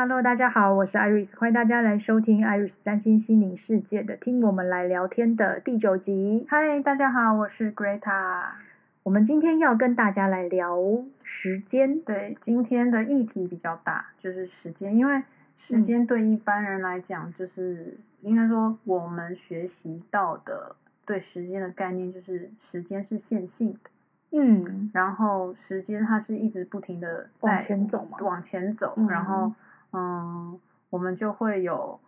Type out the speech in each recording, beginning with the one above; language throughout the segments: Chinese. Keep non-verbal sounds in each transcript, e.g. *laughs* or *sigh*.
Hello，大家好，我是 Iris，欢迎大家来收听 Iris 占星心灵世界的听我们来聊天的第九集。嗨，大家好，我是 Greta。我们今天要跟大家来聊时间，对，今天的议题比较大，就是时间，因为嗯时间对一般人来讲，就是、应该说我们学习到的对时间的概念，就是时间是线性的，嗯，然后时间它是一直不停的往前走嘛，往前走，嗯然后嗯，我们就会有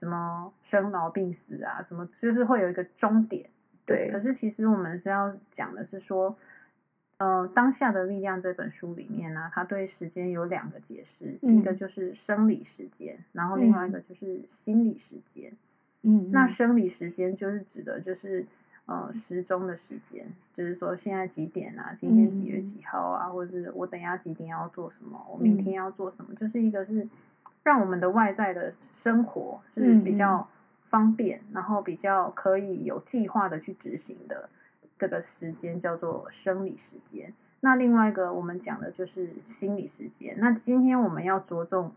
什么生老病死啊，什么就是会有一个终点。对可，是其实我们是要讲的是说，呃，《当下的力量》这本书里面呢、它对时间有两个解释，嗯一个就是生理时间，然后另外一个就是心理时间。嗯，那生理时间就是指的就是呃时钟的时间，就是说现在几点啊，今天几月嗯几号啊，或者是我等一下几点要做什么，我嗯明天要做什么，就是一个是让我们的外在的生活是嗯比较方便，然后比较可以有计划的去执行的这个时间叫做生理时间。那另外一个我们讲的就是心理时间。那今天我们要着重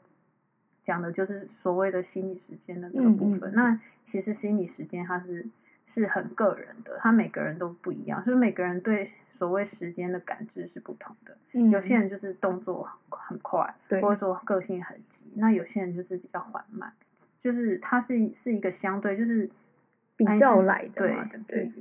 讲的就是所谓的心理时间的这个嗯部嗯分。嗯那其实心理时间它是是很个人的，它每个人都不一样，就是每个人对所谓时间的感知是不同的。嗯有些人就是动作很快，对或者说个性很急；那有些人就是比较缓慢，就是它是是一个相对，就是比爱因斯较来的对嘛，对不对？？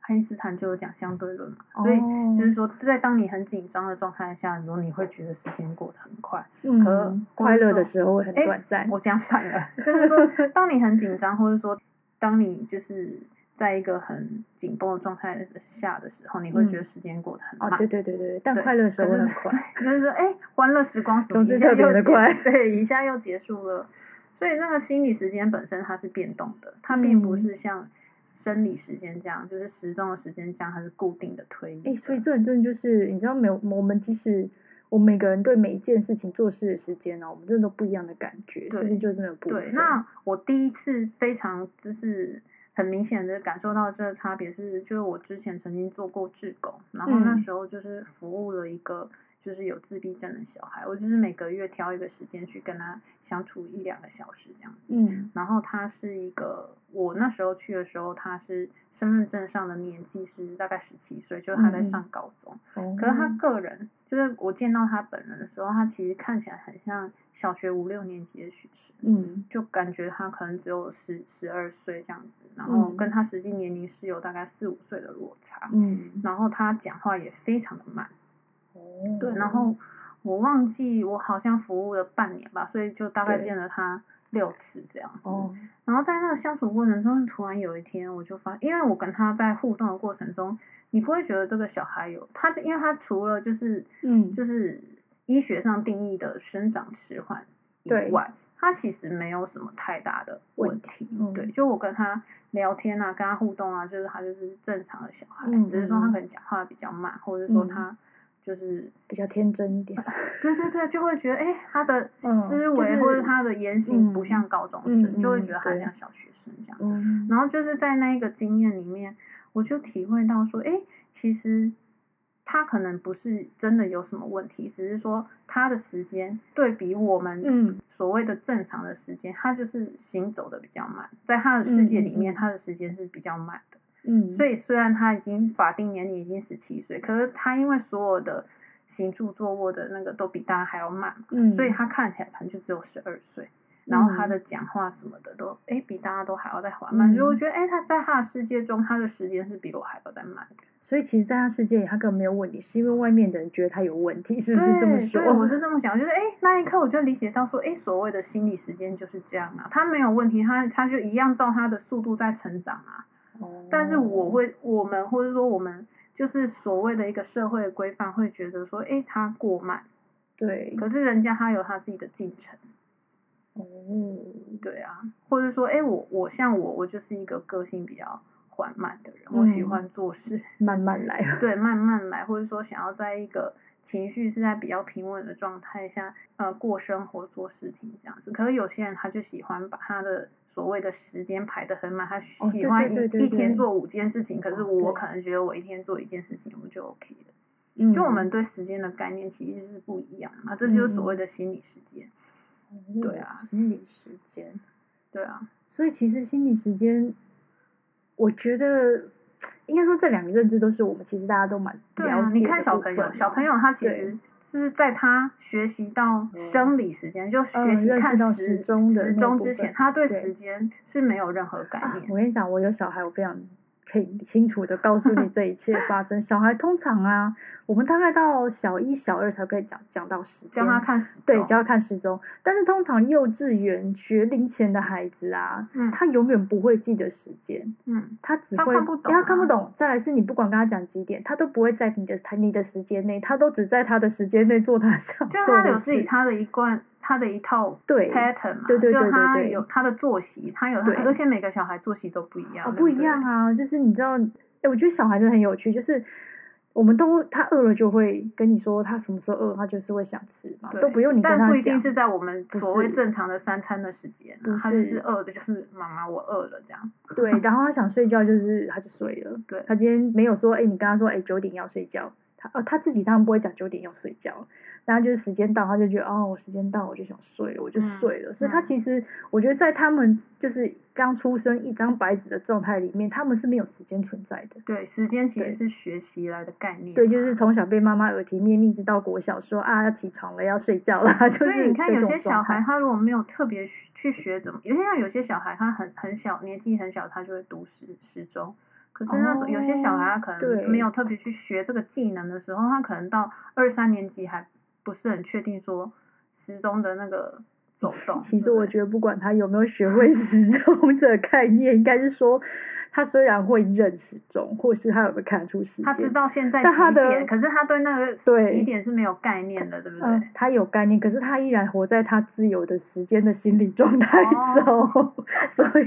爱因斯坦就有讲相对论嘛，所以哦就是说，在当你很紧张的状态下，如果你会觉得时间过得很快。可嗯，快乐的时候会很诶短暂，我讲 *laughs* 反了，就是说，当你很紧张，或者说当你就是在一个很紧绷的状态下的时候，你会觉得时间过得很慢。哦，对对对对，但对快乐的时候 *laughs* 可会是很快，就是说，哎、欢乐时光总总是特别的快对，一下又结束了。所以那个心理时间本身它是变动的，它并不嗯是像生理时间这样，就是时钟的时间这样，它是固定的推移的。哎、所以这很真的就是，你知道没有？我们其实我们每个人对每一件事情做事的时间呢、哦我们真的都不一样的感觉，是不是对就真的不一对，样那我第一次非常就是很明显的感受到这个差别是，就是我之前曾经做过志工，然后那嗯时候就是服务了一个就是有自闭症的小孩，我就是每个月挑一个时间去跟他相处一两个小时这样子。嗯然后他是一个，我那时候去的时候，他是身份证上的年纪是大概十七岁，就是他在嗯嗯上高中。哦，可是他个人，就是我见到他本人的时候，他其实看起来很像小学五六年级的学生。嗯就感觉他可能只有十十二岁这样子，然后嗯跟他实际年龄是有大概四五岁的落差，嗯然后他讲话也非常的慢，哦对，然后我忘记我好像服务了半年吧，所以就大概对见了他六次这样子，哦然后在那个相处过程中，突然有一天我就发，因为我跟他在互动的过程中，你不会觉得这个小孩有他，因为他除了就是嗯就是医学上定义的生长迟缓以对外，他其实没有什么太大的问题。嗯对，就我跟他聊天啊，跟他互动啊，就是他就是正常的小孩，嗯只是说他嗯嗯可能讲话比较慢，或者说嗯他就是、 *laughs* 比较天真一点，对对对，就会觉得哎、他的嗯思就维是或者他的言行不嗯像高中嗯生，就会嗯觉得他对像小学生这样。嗯然后就是在那一个经验里面，我就体会到说，诶，其实他可能不是真的有什么问题，只是说他的时间对比我们嗯所谓的正常的时间，他就是行走的比较慢，在他的世界里嗯面，嗯嗯他的时间是比较慢的。嗯，所以以虽然他已经法定年龄已经十七岁，可是他因为所有的行住坐卧的那个都比大家还要慢，嗯，所以他看起来可能就只有十二岁。然后他的讲话什么的都，哎、比大家都还要再缓慢。嗯所以我觉得，哎，他在他的世界中，他的时间是比我还要再慢的。所以其实在他世界里，他根本没有问题，是因为外面的人觉得他有问题，是不是对这么说？哦对，我是这么想，就是哎，那一刻我就理解到说，哎，所谓的心理时间就是这样啊，他没有问题，他他就一样照他的速度在成长啊。哦但是我会，我们或者说我们就是所谓的一个社会规范，会觉得说，哎，他过慢，对可是人家他有他自己的进程。哦对啊，或者说，哎、我我像我，我就是一个个性比较缓慢的人，嗯我喜欢做事， *laughs* 慢慢来，啊对，慢慢来，或者说想要在一个情绪是在比较平稳的状态下，呃，过生活做事情这样子。可是有些人他就喜欢把他的所谓的时间排得很满，他哦喜欢一、对对对对一天做五件事情，可是哦我对可能觉得我一天做一件事情我就 OK 了。嗯嗯就我们对时间的概念其实是不一样的嘛，这就是所谓的心理时间。对啊，心理时间，对啊，所以其实心理时间，我觉得应该说这两个认知都是我们其实大家都蛮了对解啊，的你看小部朋友，分小嘛朋友他其对嗯实就是在他学习到生理时间，就学嗯认习识看到时时钟的时那钟部之前分，他对对时间是没有任何概啊念。我跟你讲，我有小孩，我非常可以清楚的告诉你这一切发生。小孩通常 *laughs* 啊，我们大概到小一、小二才可以讲讲到时教间，他看时钟，对，就要看时钟。但是通常幼稚园学龄前的孩子啊，嗯他永远不会记得时间，嗯，他只他会看不懂因为他看不啊懂。再来是你不管跟他讲几点，他都不会在你的他你的时间内，他都只在他的时间内做他想就做他的有自己事他的一贯他的一套对 pattern 嘛，对对对就他对对有他的作息，他有他对而且每个小孩作息都不一样，哦，对不一对样啊，就是你知道，哎，我觉得小孩真的很有趣，就是我们都他饿了就会跟你说他什么时候饿，他就是会想吃嘛，对都不用你跟但他不一定讲。是在我们不所谓是正常的三餐的时间啊、不他就是是饿的，就是妈妈我饿了这样。对，然后他想睡觉就是他就睡了，对他今天没有说，哎，你跟他说，哎，九点要睡觉，他哦他自己当然不会讲九点要睡觉，但他就是时间到，他就觉得哦我时间到我就想睡了，我就嗯睡了，所以他嗯其实我觉得在他们就是刚出生一张白纸的状态里面，他们是没有时间存在的。对，时间其对实是学习来的概念嘛。对，就是从小被妈妈耳提面命，一直到国小说啊要起床了，要睡觉了， *laughs* 就所以是你看，这有种些小状孩态他如果没有特别去去学怎么，有些像有些小孩他很很小，年纪很小，他就会读时时钟。可是那种、有些小孩他可哦对能没有特别去学这个技能的时候，他可能到二三年级还不是很确定说时钟的那个走动。其实对不我对觉得不管他有没有学会时钟这个概念，应该是说他虽然会认时钟，或是他有没有看出时间，他知道现在但他几的点，可是他对那个对几点是没有概念的，对不对？嗯，他有概念，可是他依然活在他自由的时间的心理状态哦中，所以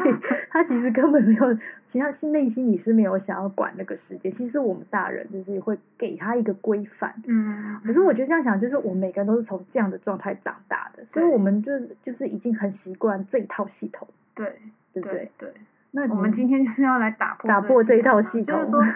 他其实根本没有，其实他心内心里是没有想要管那个时间。其实我们大人就是会给他一个规范，嗯，可是我觉得这样想，就是我们每个人都是从这样的状态长大的，所以对我们就是就是已经很习惯这一套系统，对对不对？对对，那我们你今天就是要来打破打破这一套系系统统 *laughs* 嘛，就是说，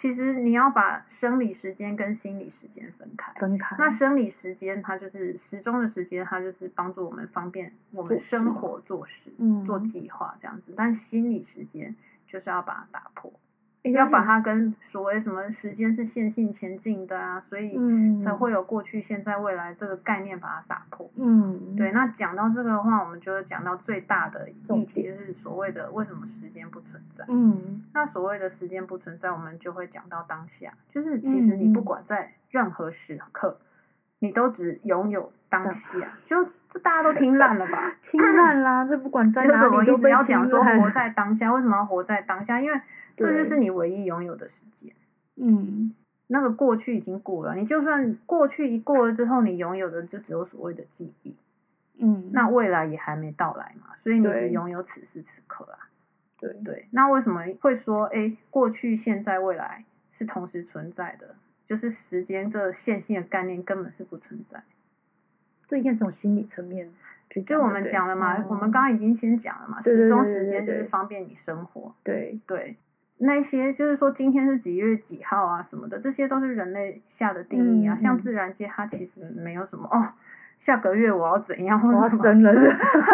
其实你要把生理时间跟心理时间分开。分开，那生理时间它就是时钟的时间，它就是帮助我们方便我们做事生活做事、嗯做计划这样子，但心理时间就是要把它打破，诶要把它跟所谓什么时间是线性前进的啊，所以嗯才会有过去、现在、未来这个概念把它打破。嗯对，那讲到这个的话，我们就会讲到最大的议重题，就点是所谓的为什么时间不存在。嗯那所谓的时间不存在，我们就会讲到当下，就是其实你嗯不嗯管在任何时刻，你都只拥有当当下，就这大家都听烂了 *laughs* 吧？听烂啦，这不管在就是哪我里一都直被要听讲说活烂，在当下，为什么要活在当下？因为这就是对你唯一拥有的时间。嗯那个过去已经过了，你就算过去一过了之后，你拥有的就只有所谓的记忆。嗯，那未来也还没到来嘛，所以你只对拥有此时此刻啊。对对，那为什么会说，哎，过去、现在、未来是同时存在的？就是时间这线性的概念根本是不存在。这应该是从心理层面去讲，就我对们不对讲了嘛，哦我们刚刚已经先讲了嘛，对对时钟对时对间就对是对方便你生活。对对，那些就是说今天是几月几号啊什么的，这些都是人类下的定义啊。嗯像嗯自然界，它其实没有什么哦，下个月我要怎样，或我者要什么生了 *laughs*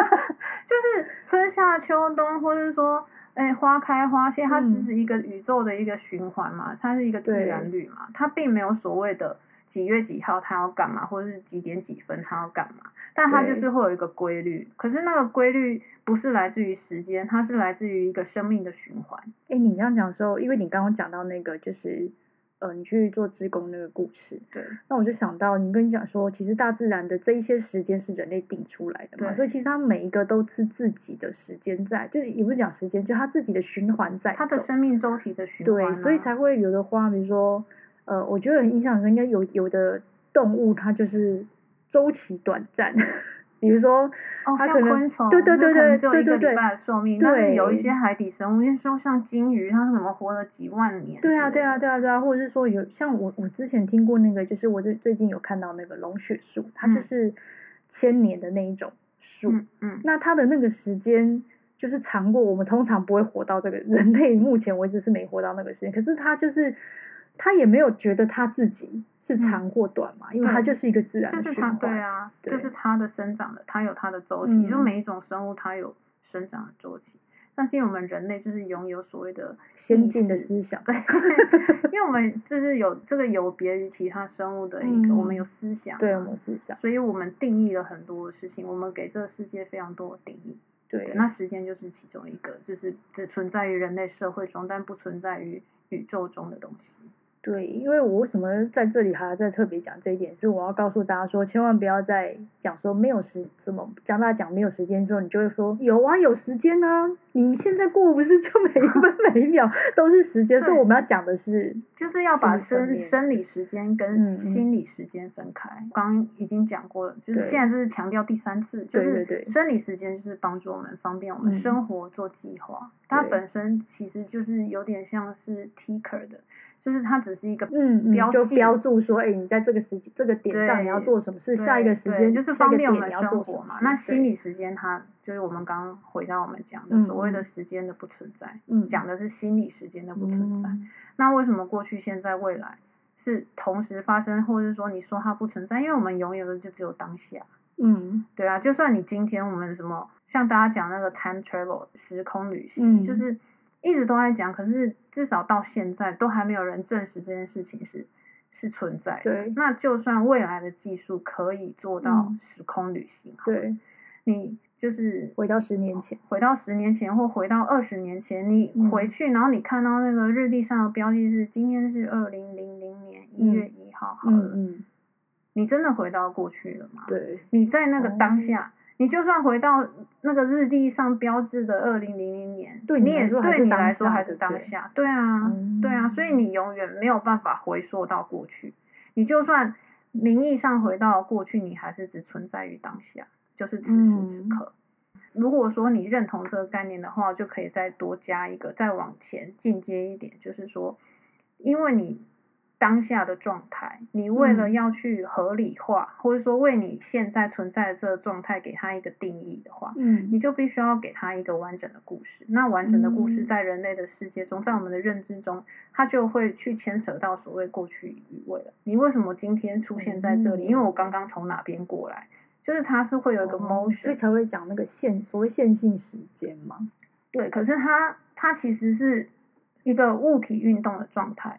就是春夏秋冬，或者说，哎、花开花谢，它只嗯是一个宇宙的一个循环嘛，它是一个自对然律嘛，它并没有所谓的几月几号它要干嘛，或者是几点几分它要干嘛，但它就对是会有一个规律。可是那个规律不是来自于时间，它是来自于一个生命的循环。哎、你这样讲的时候，因为你刚刚讲到那个，就是呃，你去做志工那个故事，对那我就想到你跟你讲说，其实大自然的这一些时间是人类定出来的嘛，对所以其实它每一个都是自己的时间在，就是也不是讲时间，就它自己的循环在它走的生命周期的循环、啊，对，所以才会有的花，比如说呃，我觉得很印象深刻，应该有有的动物它就是周期短暂， *laughs* 比如说哦，它像可能昆虫，对对对它可对能只有对一个对礼对拜的寿命，但是对有一些海底生物，因为说像鲸鱼，它怎么活了几万年？对啊，对啊，，对啊，对啊，或者是说有像我，我之前听过那个，就是我最最近有看到那个龙血树，它就嗯是千年的那一种树，嗯嗯，那它的那个时间就是长过我们通常不会活到这个人类目前为止是没活到那个时间，可是它就是它也没有觉得它自己是长或短嘛，因为它嗯对就是一个自然就的是循它，环。对啊，对就是它的生长的，它有它的周期，嗯就每一种生物它有生长的周期。但是因为我们人类就是拥有所谓的先意进的识思想。 *laughs* 对， *laughs* 因为我们就是有这个有别于其他生物的一个，我们嗯有思想，对，我们思想。所以我们定义了很多事情，我们给这个世界非常多的定义。对，啊那时间就是其中一个，就是只存在于人类社会中，但不存在于宇宙中的东西。对，因为我为什么在这里还要再特别讲这一点，是我要告诉大家说，千万不要再讲说没有时怎么，讲大家讲没有时间之后，你就会说有啊，有时间啊，你现在过不是就每一分 *laughs* 每一秒都是时间，所以对我们要讲的是，就是要把心理层面生生理时间嗯跟嗯心理时间分开。刚刚已经讲过了，就是对现在这是强调第三次，就对是对对生理时间就是帮助我们方便我们嗯生活做计划。它对本身其实就是有点像是 ticker 的，就是它只是一个嗯嗯，标就记标注说，哎，你在这个时这个点上对你要做什么事，对下一个时对间就是下一方个便点我们你要生做什活么。嘛事那心，对理时间它就是我们刚刚回到我们讲的嗯所谓的嗯时间的不存在，嗯，讲的是心理时间的不存在。嗯，那为什么过去、现在、未来是同时发生，或者说你说它不存在？因为我们拥有的就只有当下，嗯对啊。就算你今天我们什么，像大家讲那个 time travel 时空旅行，嗯就是一直都在讲，可是至少到现在都还没有人证实这件事情是是存在的。对那就算未来的技术可以做到嗯时空旅行，，对，你就是回到十年前，回到十年前或回到二十年前，你嗯回去，然后你看到那个日历上的标记是今天是二零零零年一月一号，好嗯了，嗯，你真的回到过去了吗？对，你在那个哦当下，你就算回到那个日历上标志的二零零零年，对你你来也说还对是你当来说下还对是不当对嗯下，对啊，对啊，所以你永远没有办法回溯到过去，你就算名义上回到过去，你还是只存在于当下，就是此时嗯此刻。如果说你认同这个概念的话，就可以再多加一个，再往前进阶一点，就是说，因为你当下的状态，你为了嗯要去合理化，或者说为你现在存在的这个状态给它一个定义的话，嗯你就必须要给它一个完整的故事。那完整的故事嗯在人类的世界中，在我们的认知中，它就会去牵扯到所谓过去与未来。你为什么今天出现在这里？因为我刚刚从哪边过来，就是它是会有一个嗯哦所 motion，、以才会讲那个线，所谓线性时间嘛。对。可是它它其实是一个物体运动的状态，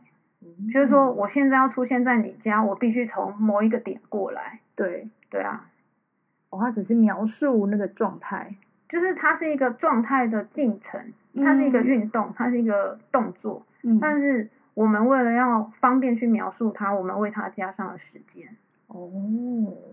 就是说嗯，我现在要出现在你家，我必须从某一个点过来。对，对啊，哦，他只是描述那个状态，就是它是一个状态的进程，它是一个嗯运动，它是一个动作，嗯，但是我们为了要方便去描述它，我们为它加上了时间。哦，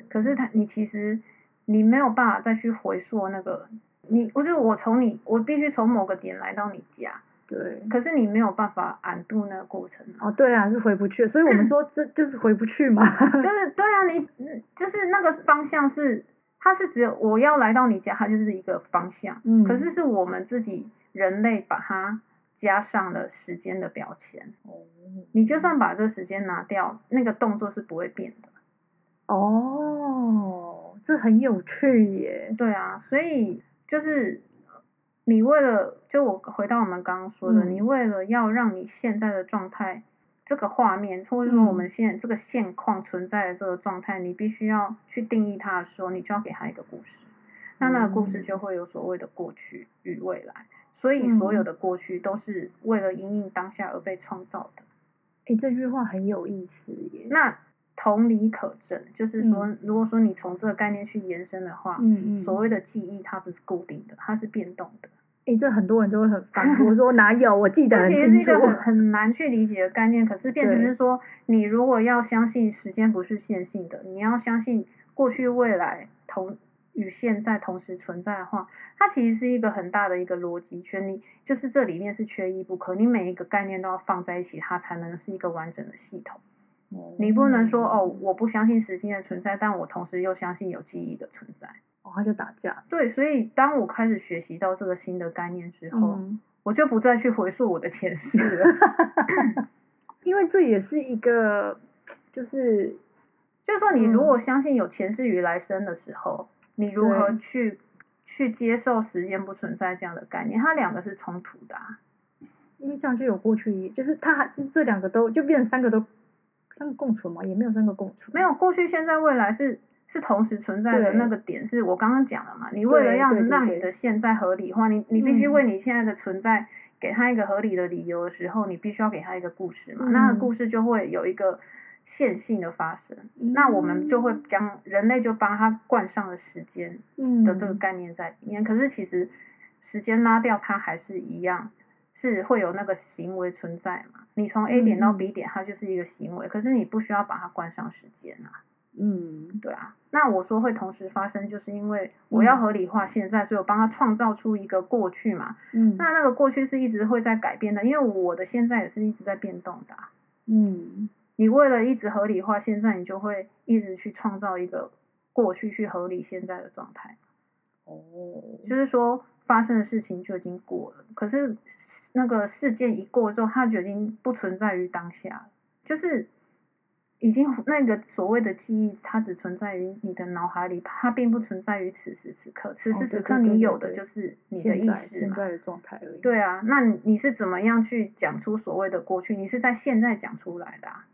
可是它，你其实你没有办法再去回溯那个，你不是我从你，我必须从某个点来到你家，对，可是你没有办法 undo 那个过程啊。哦，对啊，是回不去，所以我们说这就是回不去嘛。就是 *laughs* 对啊，你嗯就是那个方向是，它是只有我要来到你家，它就是一个方向。嗯可是是我们自己人类把它加上了时间的标签。哦你就算把这时间拿掉，那个动作是不会变的。哦，这很有趣耶。对啊，所以就是你为了，就我回到我们刚刚说的，嗯你为了要让你现在的状态。这个画面，或者说我嗯们现在这个现况存在的这个状态，你必须要去定义它的时候，你就要给它一个故事。那那个故嗯事就会有所谓的过去与未来，所以所嗯有的过去都是为了因应当下而被创造的。哎，这句话很有意思耶。那同理可证，就是说嗯，如果说你从这个概念去延伸的话，嗯嗯，啊所谓的记忆它不是固定的，它是变动的。哎，这很多人就会很反驳 *laughs* 说哪有，我记得这很其实是一清楚个。很很难去理解的概念，可是变成是说，你如果要相信时间不是线性的，你要相信过去、未来同与现在同时存在的话，它其实是一个很大的一个逻辑圈，你就是这里面是缺一不可，你每一个概念都要放在一起，它才能是一个完整的系统。嗯你不能说哦，我不相信时间的存在，但我同时又相信有记忆的存在。哦，他就打架。对，所以当我开始学习到这个新的概念之后，嗯。我就不再去回溯我的前世了。啊 *laughs* 因为这也是一个，就是 *laughs* 就是说，你如嗯果相信有前世与来生的时候，你如何对去去接受时间不存在这样的概念？它两个是冲突的、啊。因为这样就有过去，就是它还就是这两个都就变成三个都三个共存嘛，也没有三个共存，没有过去、现在、未来是是同时存在的对那个点，是我刚刚讲了嘛？你为了对要对对让你对的现在合理化，你你必须嗯为你现在的存在给他一个合理的理由的时候，你必须要给他一个故事嘛？那嗯故事就会有一个线性的发生，嗯那我们就会将人类就帮他冠上了时间嗯的这个概念在里面。可是其实时间拉掉，它还是一样，是会有那个行为存在嘛？你从 A 点到嗯嗯 B 点，它就是一个行为，可是你不需要把它关上时间啊，嗯对啊。那我说会同时发生，就是因为我要嗯合理化现在，所以我帮他创造出一个过去嘛。嗯那那个过去是一直会在改变的，因为我的现在也是一直在变动的啊、嗯你为了一直合理化现在，你就会一直去创造一个过去去合理现在的状态。哦，就是说发生的事情就已经过了，可是那个事件一过之后，它就已经不存在于当下了，就是已经那个所谓的记忆，它只存在于你的脑海里，它并不存在于此时此刻。此哦时对此刻对对你对有的对就是你的现意在识现嘛。在的状态而已，对啊，那你你是怎么样去讲出所谓的过去？你是在现在讲出来的、啊，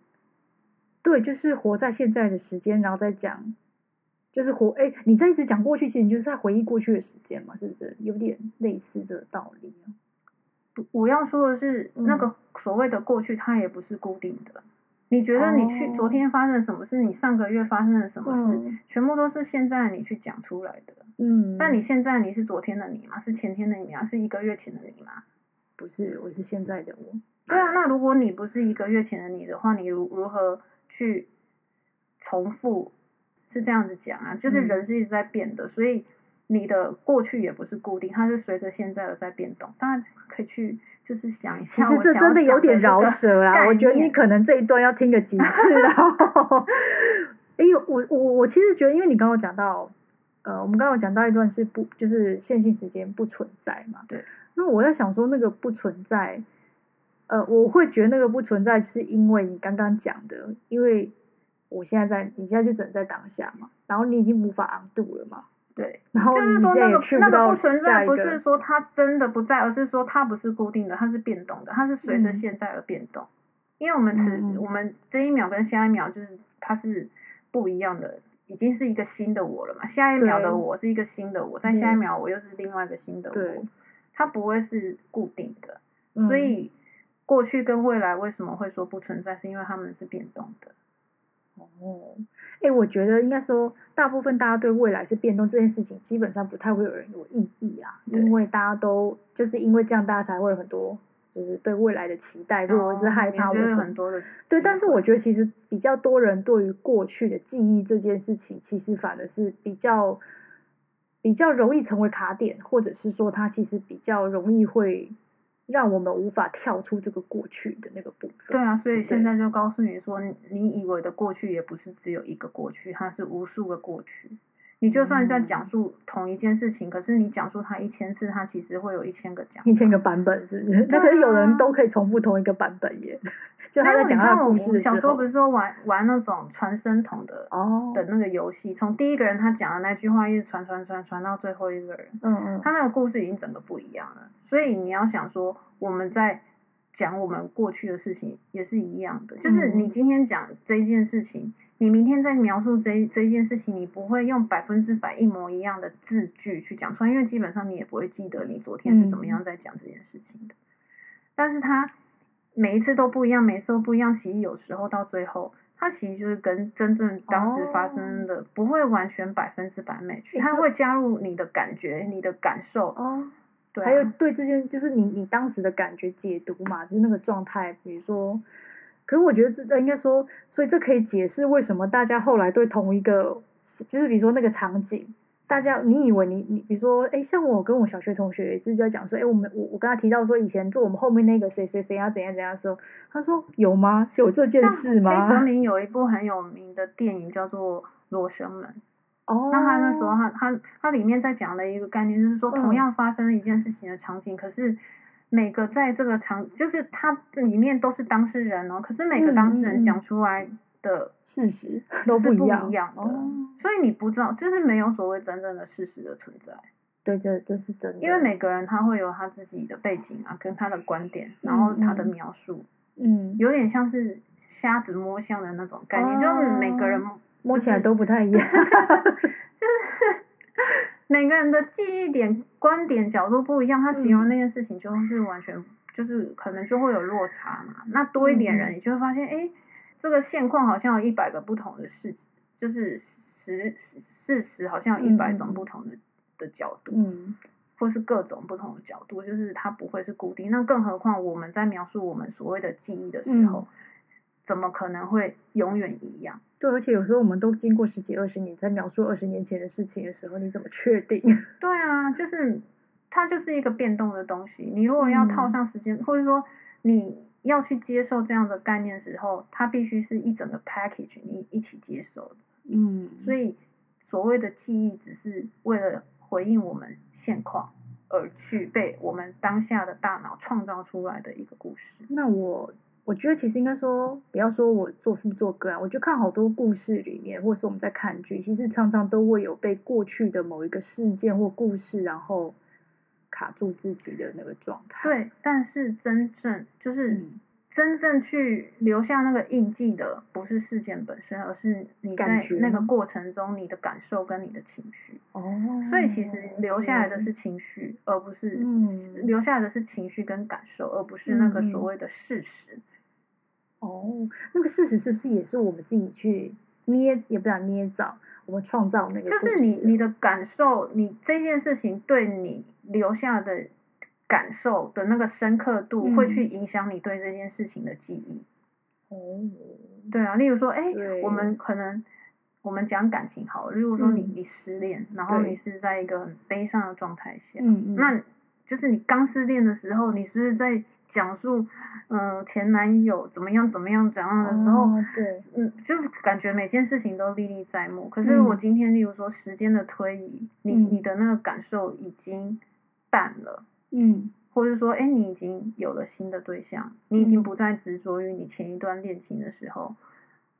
对，就是活在现在的时间，然后再讲，就是活哎、你在一直讲过去，其实你就是在回忆过去的时间嘛，是不是？有点类似的道理啊。不我要说的是，嗯那个所谓的过去，它也不是固定的。你觉得你去、哦昨天发生了什么事，你上个月发生了什么事，嗯全部都是现在你去讲出来的。嗯，但你现在你是昨天的你吗？是前天的你吗？是一个月前的你吗？不是，我是现在的我。对啊，那如果你不是一个月前的你的话，你如如何去重复？是这样子讲啊，就是嗯人是一直在变的，所以你的过去也不是固定，它是随着现在而在变动。大家可以去就是想一其下，实我这想要真的有讲点这饶个舌啦，我觉得概念你可能这一段要听个几次 *laughs* 啦。哎呦，我我我其实觉得，因为你刚刚有讲到，呃，我们刚刚有讲到一段是不就是线性时间不存在嘛？对。那我在想说，那个不存在，呃，我会觉得那个不存在，是因为你刚刚讲的，因为我现在在，你现在就只能在当下嘛，然后你已经无法昂度了嘛，对，然后就你是说现那在也个去那个到不存下在，一不个，是说它真的不在，而是说它不是固定的，它是变动的，它是随着嗯现在而变动。因为我们此、嗯嗯我们这一秒跟下一秒就是它是不一样的，已经是一个新的我了嘛。下一秒对的我是一个新的我，在嗯下一秒我又是另外一个新的对我，它不会是固定的。嗯所以过去跟未来为什么会说不存在，是因为它们是变动的。哦，哎、我觉得应该说，大部分大家对未来是变动这件事情，基本上不太会有人有异议啊，对因为大家都就是因为这样，大家才会有很多就是对未来的期待，或者是害怕，或我觉者得很很多。多的对，但是我觉得其实比较多人对于过去的记忆这件事情，其实反而是比较比较容易成为卡点，或者是说它其实比较容易会让我们无法跳出这个过去的那个部分。对啊，所以对现在就告诉你说，你你以为的过去也不是只有一个过去，它是无数个过去。你就算在嗯讲述同一件事情，可是你讲述它一千次，它其实会有一千个讲法。一千个版本是不是？啊那可是有人都可以重复同一个版本耶， *laughs* 就没他有，在你讲看他的我故事我的小时时候候不，是说玩玩那种传声筒的哦，的那个游戏，从第一个人他讲的那句话一直传传传传到最后一个人，嗯嗯，他那个故事已经整个不一样了。所以你要想说，我们在讲我们过去的事情也是一样的，就是嗯你今天讲这一件事情，你明天再描述这一这一件事情，你不会用百分之百一模一样的字句去讲出来，因为基本上你也不会记得你昨天是怎么样在讲这件事情的。但是它每一次都不一样，每一次都不一样，其实有时候到最后。它其实就是跟真正当时发生的、不会完全百分之百 match，哦诶它可会加入你的感觉、你的感受，哦，对啊、还有对这件就是你你当时的感觉解读嘛，就是那个状态，比如说，可是我觉得这呃应该说，所以这可以解释为什么大家后来对同一个，就是比如说那个场景。大家，你以为你你，比如说，哎，像我跟我小学同学有一次就在讲说，哎，我们我我跟他提到说，以前坐我们后面那个谁谁谁啊怎样怎样的时候，他说有吗？有这件像事吗？黑泽明有一部很有名的电影叫做《罗生门》，哦，那他那时候他他他里面在讲的一个概念就是说，嗯同样发生了一件事情的场景，可是每个在这个场，就是它里面都是当事人哦，可是每个嗯当事嗯人嗯讲出来的，事实都是不一样，一样的哦、所以你不知道，就是没有所谓真正的事实的存在。对，这这是真的，因为每个人他会有他自己的背景啊，跟他的观点，然后他的嗯嗯描述，嗯有点像是瞎子摸象的那种概念，哦就是每个人 *laughs* 摸起来都不太一 *laughs* 样。 *laughs* 每个人的记忆点、观点、角度不一样，他形嗯容那件事情就是完全就是可能就会有落差嘛。那多一点嗯人，你就会发现，哎、这个现况好像有一百个不同的事，就是事事实好像有一百嗯嗯种嗯不同的、的角度。嗯或是各种不同的角度，就是它不会是固定。那更何况我们在描述我们所谓的记忆的时候，嗯怎么可能会永远一样？对，而且有时候我们都经过十几二十年，在描述二十年前的事情的时候，你怎么确定？对啊，就是它就是一个变动的东西。你如果要套上时间，或者说你要去接受这样的概念的时候，它必须是一整个 package 你一起接受的。 *laughs* 嗯，所以所谓的记忆，只是为了回应我们现况而去被我们当下的大脑创造出来的一个故事。那我我觉得其实应该说，不要说我做是不做个案，我就看好多故事里面，或者是我们在看剧，其实常常都会有被过去的某一个事件或故事，然后卡住自己的那个状态。，对，但是真正就是嗯，真正去留下那个印记的，不是事件本身，而是你感在觉那个吗过程中你的感受跟你的情绪。哦，所以其实留下来的是情绪，而不是嗯，留下来的是情绪跟感受，而不是那个嗯所嗯谓的事实。哦，那个事实是不是也是我们自己去捏，也不叫捏造，我们创造那个就是故你事你的感受，你这件事情对你留下的感受的那个深刻度，会去嗯影响你对这件事情的记忆。哦，对啊，例如说，哎、对我们可能我们讲感情好了，例如说你、嗯你失恋，然后对你是在一个很悲伤的状态下，嗯嗯，那就是你刚失恋的时候，你是不是在讲述，呃，前男友怎么样怎么样怎样的时候，哦对，嗯，就感觉每件事情都历历在目。可是我嗯今天，例如说时间的推移，你嗯你的那个感受已经淡了，嗯或者说，哎、你已经有了新的对象，你已经嗯不再执着于你前一段恋情的时候，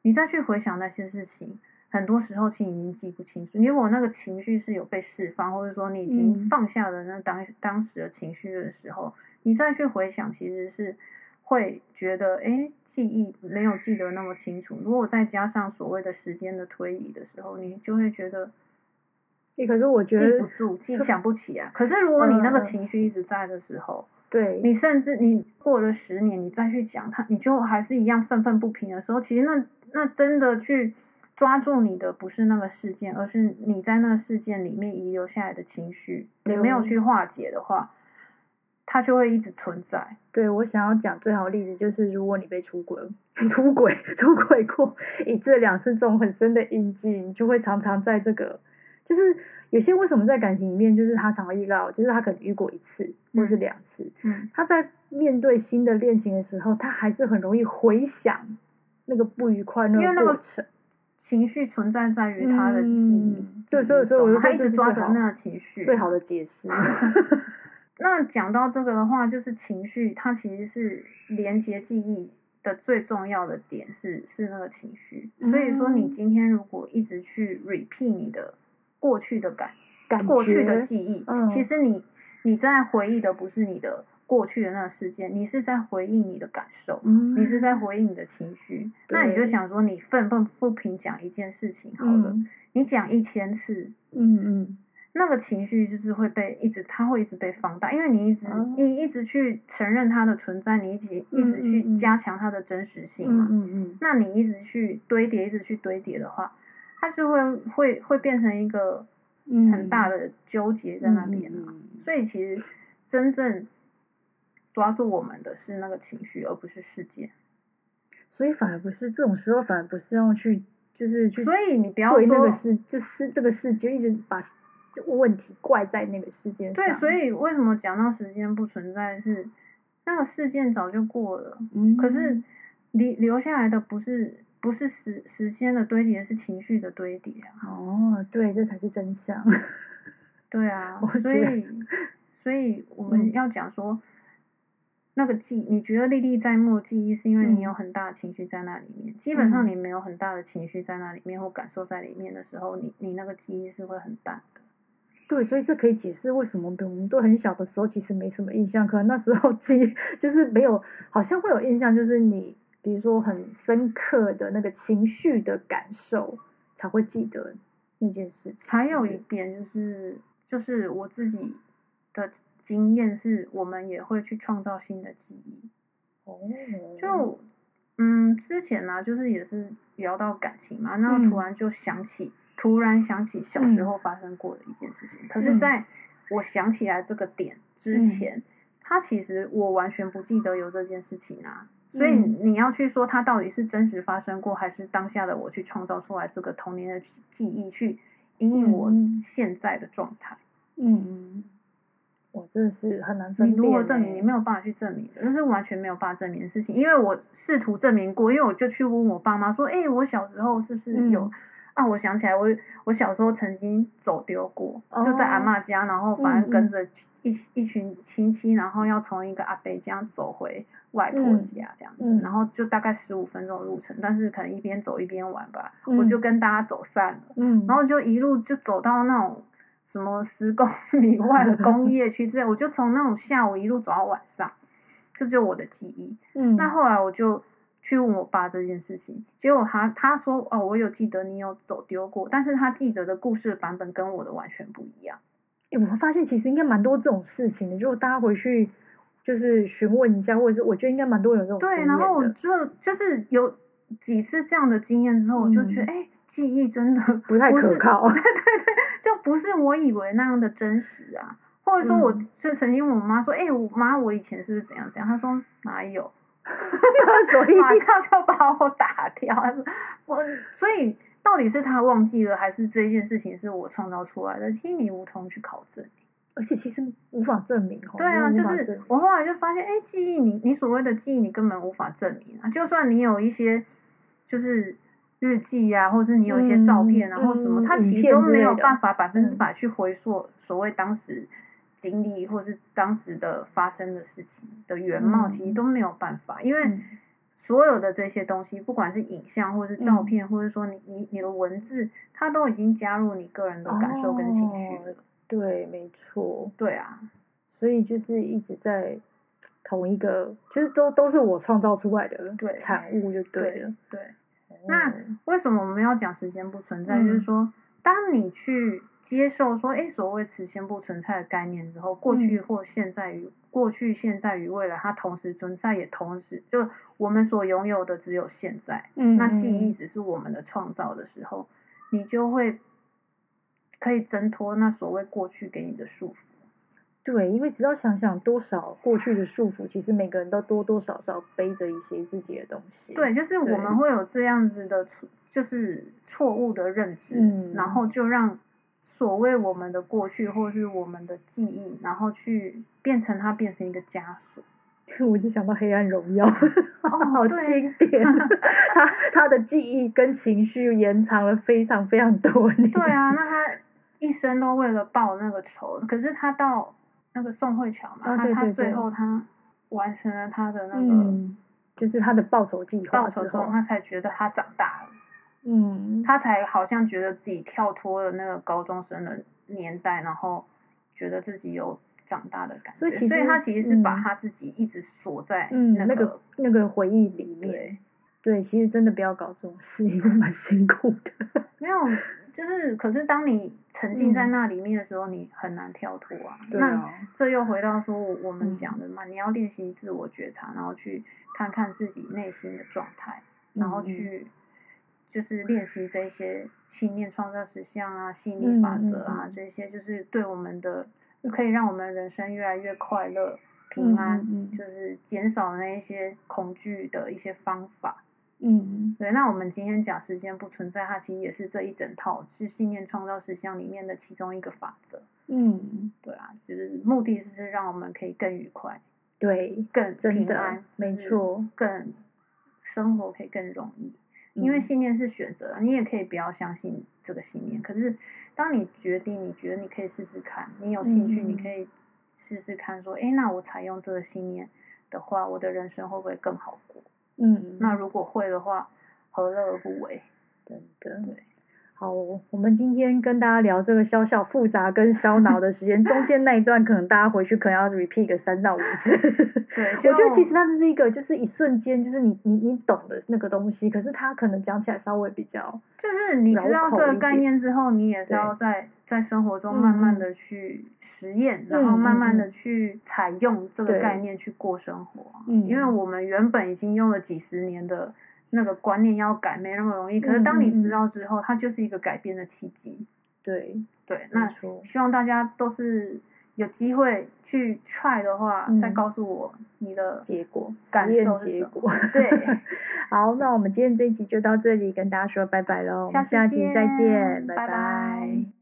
你再去回想那些事情，很多时候其实已经记不清楚。如果那个情绪是有被释放，或者说你已经嗯放下了那当当时的情绪的时候，你再去回想，其实是会觉得，哎、记忆没有记得那么清楚。如果再加上所谓的时间的推移的时候，你就会觉得诶可是我觉记不得住、记想不起啊。可是如果你那嗯个嗯情绪一直在的时候，对，你甚至你过了十年，你再去讲它，你就还是一样愤愤不平的时候，其实那那真的去抓住你的不是那个事件，而是你在那个事件里面遗留下来的情绪，你没有去化解的话，它就会一直存在。对我想要讲最好的例子就是，如果你被出轨、 *laughs* 出轨、出轨过以这两次这种很深的印记，你就会常常在这个，就是有些为什么在感情里面，就是他常会遇到，就是他可能遇过一次或是嗯两次，嗯，他在面对新的恋情的时候，他还是很容易回想那个不愉快那因为那个个过程。情绪存在在于他的记忆。嗯对所以所以我就说他一这直是抓最着好那个情绪，最好的解释，那讲到这个的话，就是情绪，它其实是连接记忆的最重要的点是是那个情绪。所以说，你嗯今天如果一直去 repeat 你的过去的感 *laughs* 感过去的觉记忆，嗯其实你你在回忆的不是你的过去的那个事件，你是在回忆你的感受。嗯你是在回应你的情绪，那你就对想说，你愤愤不平讲一件事情好了，嗯你讲一千次，嗯嗯，那个情绪就是会被一直，它会一直被放大，因为你一直、哦你一直去承认它的存在，你一直一嗯直嗯去嗯加强它的真实性嘛嗯。嗯嗯，那你一直去堆叠，一直去堆叠的话，它就会会会变成一个嗯很大的纠结在那边啊嘛。嗯嗯嗯所以其实真正抓住我们的是那个情绪，而不是事件。所以反而不是这种时候，反而不是要去就是去所以你不要对那个说事，就是这个事就一直把问题怪在那个事件上。对，所以为什么讲到时间不存在是那个事件早就过了。嗯，可是留留下来的不是不是时时间的堆叠，是情绪的堆叠啊。哦，对，这才是真相。 *laughs* 对啊我，所觉得以所以我嗯们要讲说，那个记，你觉得历历在目的记忆，是因为嗯你有很大的情绪在那里面。基本上嗯你没有很大的情绪在那里面或感受在里面的时候，你你那个记忆是会很淡的。对，所以这可以解释为什么我们都很小的 *laughs* 时候其实没什么印象，可能那时候记忆就是没有，好像会有印象，就是你比如说很深刻的那个情绪的感受，才会记得那件事情。还有一点就是，就是我自己的经验是，我们也会去创造新的记忆。哦，就嗯，之前呢、就是也是聊到感情嘛，然后嗯突然就想起，突然想起小时候发生过的一件事情。可是嗯在我想起来这个点之嗯前，它其实我完全不记得有这件事情啊。所以嗯你要去说它到底是真实发生过，还是当下的我去创造出来这个童年的记忆，去因应我嗯嗯现在的状态。嗯嗯，我真的是很难分你辨欸。如果证明，你没有办法去证明的，那是完全没有办法证明的事情。因为我试图证明过，因为我就去问我爸妈说，哎、我小时候是不是有、嗯啊？我想起来我，我小时候曾经走丢过，哦嗯就在阿嬷家，然后反正跟着一一群亲戚，然后要从一个阿伯家走回外婆家这样子，嗯嗯然后就大概十五分钟的路程，但是可能一边走一边玩吧，嗯我就跟大家走散了。嗯，然后就一路就走到那种什么十公里外的工业区之类，我就从那种下午一路走到晚上，这就是我的记忆。嗯，那后来我就去问我爸这件事情，结果他他说哦，我有记得你有走丢过，但是他记得的故事版本跟我的完全不一样。欸，我发现其实应该蛮多这种事情的，如果大家回去就是询问一下，或者是我觉得应该蛮多人有这种经对，验然后我的就就是有几次这样的经验之后，我就觉得嗯哎、记忆真的不太可是靠 *laughs* 对对对，就不是我以为那样的真实啊。或者说，我嗯就曾经问我妈说：“哎、我妈，我以前是不是怎样怎样？”她说：“哪有？” *laughs* *laughs* 所以马 *laughs* 上就把我打掉。她说：“我所以到底是她忘记了，还是这件事情是我创造出来的？其实你无从去考证。”而且其实无法证明哦，对啊，真就的无法证是明我后来就发现，哎、记忆你你所谓的记忆，你根本无法证明啊。就算你有一些就是日记啊，或者是你有一些照片啊，嗯或什么，嗯它影其实片都之没有类的嗯办法百分之百去回溯所谓当时经历或是当时的发生的事情的原貌，嗯其实都没有办法，因为。嗯所有的这些东西，不管是影像，或是照嗯片，或者说你你你的文字，它都已经加入你个人的感受跟情绪哦了。对，没错，对啊，所以就是一直在同一个，就是都都是我创造出来的对产物就对了。对。那嗯为什么我们要讲时间不存在？嗯就是说，当你去接受说，诶，所谓时间不存在的概念之后，过去嗯或现在与、过去、现在与未来，它同时存在，也同时就我们所拥有的只有现在，嗯，那记忆嗯只是我们的创造的时候，你就会可以挣脱那所谓过去给你的束缚。对，因为只要想想多少过去的束缚，其实每个人都多多少少背着一些自己的东西。对，就是我对们会有这样子的错，就是错误的认知，嗯然后就让所谓我们的过去或是我们的记忆，然后去变成它变成一个枷锁。 *laughs* 我就想到《黑暗荣耀》哦 *laughs* 好对经 *laughs* 典。他他的记忆跟情绪延长了非常非常多年。对啊，那他一生都为了报那个仇，可是他到那个宋慧乔嘛，啊他对他对最对后他完成了他的那个嗯，就是他的报仇计划报之仇之后，后，他才觉得他长大了，嗯，他才好像觉得自己跳脱了那个高中生的年代，然后觉得自己有长大的感觉。所以其实他其实是把嗯他自己一直锁在嗯那那个那个回忆里面对。对，其实真的不要搞这种事，因为蛮辛苦的。没有，就是可是当你沉浸在嗯那里面的时候，你很难跳脱啊。对那啊这又回到说我我们嗯讲的嘛，你要练习自我觉察，然后去看看自己内心的状态。然后嗯嗯去就是练习这一些信念创造实相啊、吸引力法嗯嗯则啊，嗯这些就是对我们的可以让我们人生越来越快乐、平安，嗯嗯嗯就是减少那一些恐惧的一些方法。嗯，对，那我们今天讲时间不存在，它其实也是这一整套是信念创造实相里面的其中一个法则。嗯，对啊，就是目的是让我们可以更愉快、对，更真平的安，，嗯没，错，更生活可以更容易。因为嗯信念是选择，啊你也可以不要相信这个信念。可是，当你决定，你觉得你可以试试看，你有兴嗯趣，嗯嗯你可以试试看，说，诶，那我采用这个信念的话，我的人生会不会更好过？嗯，那如果会的话，何乐而不为？真的对。好，我们今天跟大家聊这个小小复杂跟烧脑的时间，中间那一段可能大家回去可能要 repeat 个三到五次。对，我觉得其实那是一个，就是一瞬间，就是你你你懂的那个东西，可是它可能讲起来稍微比较，就是你知道绕口这一点嗯个概念之后，你也是要在在生活中慢慢的去实验，然后嗯嗯慢慢嗯的去采用这个对概念去过生活。啊嗯因为我们原本已经用了几十年的那个观念要改没那么容易，可是嗯当你嗯嗯知道之后，它就是一个改变的契机。对，对，那没错，希望大家都是有机会去 try 的话，嗯再告诉我你的结果感实验受是结什么果。对， *laughs* 好，那我们今天这一集就到这里，跟大家说拜拜喽，我们下下次集再见见，拜拜拜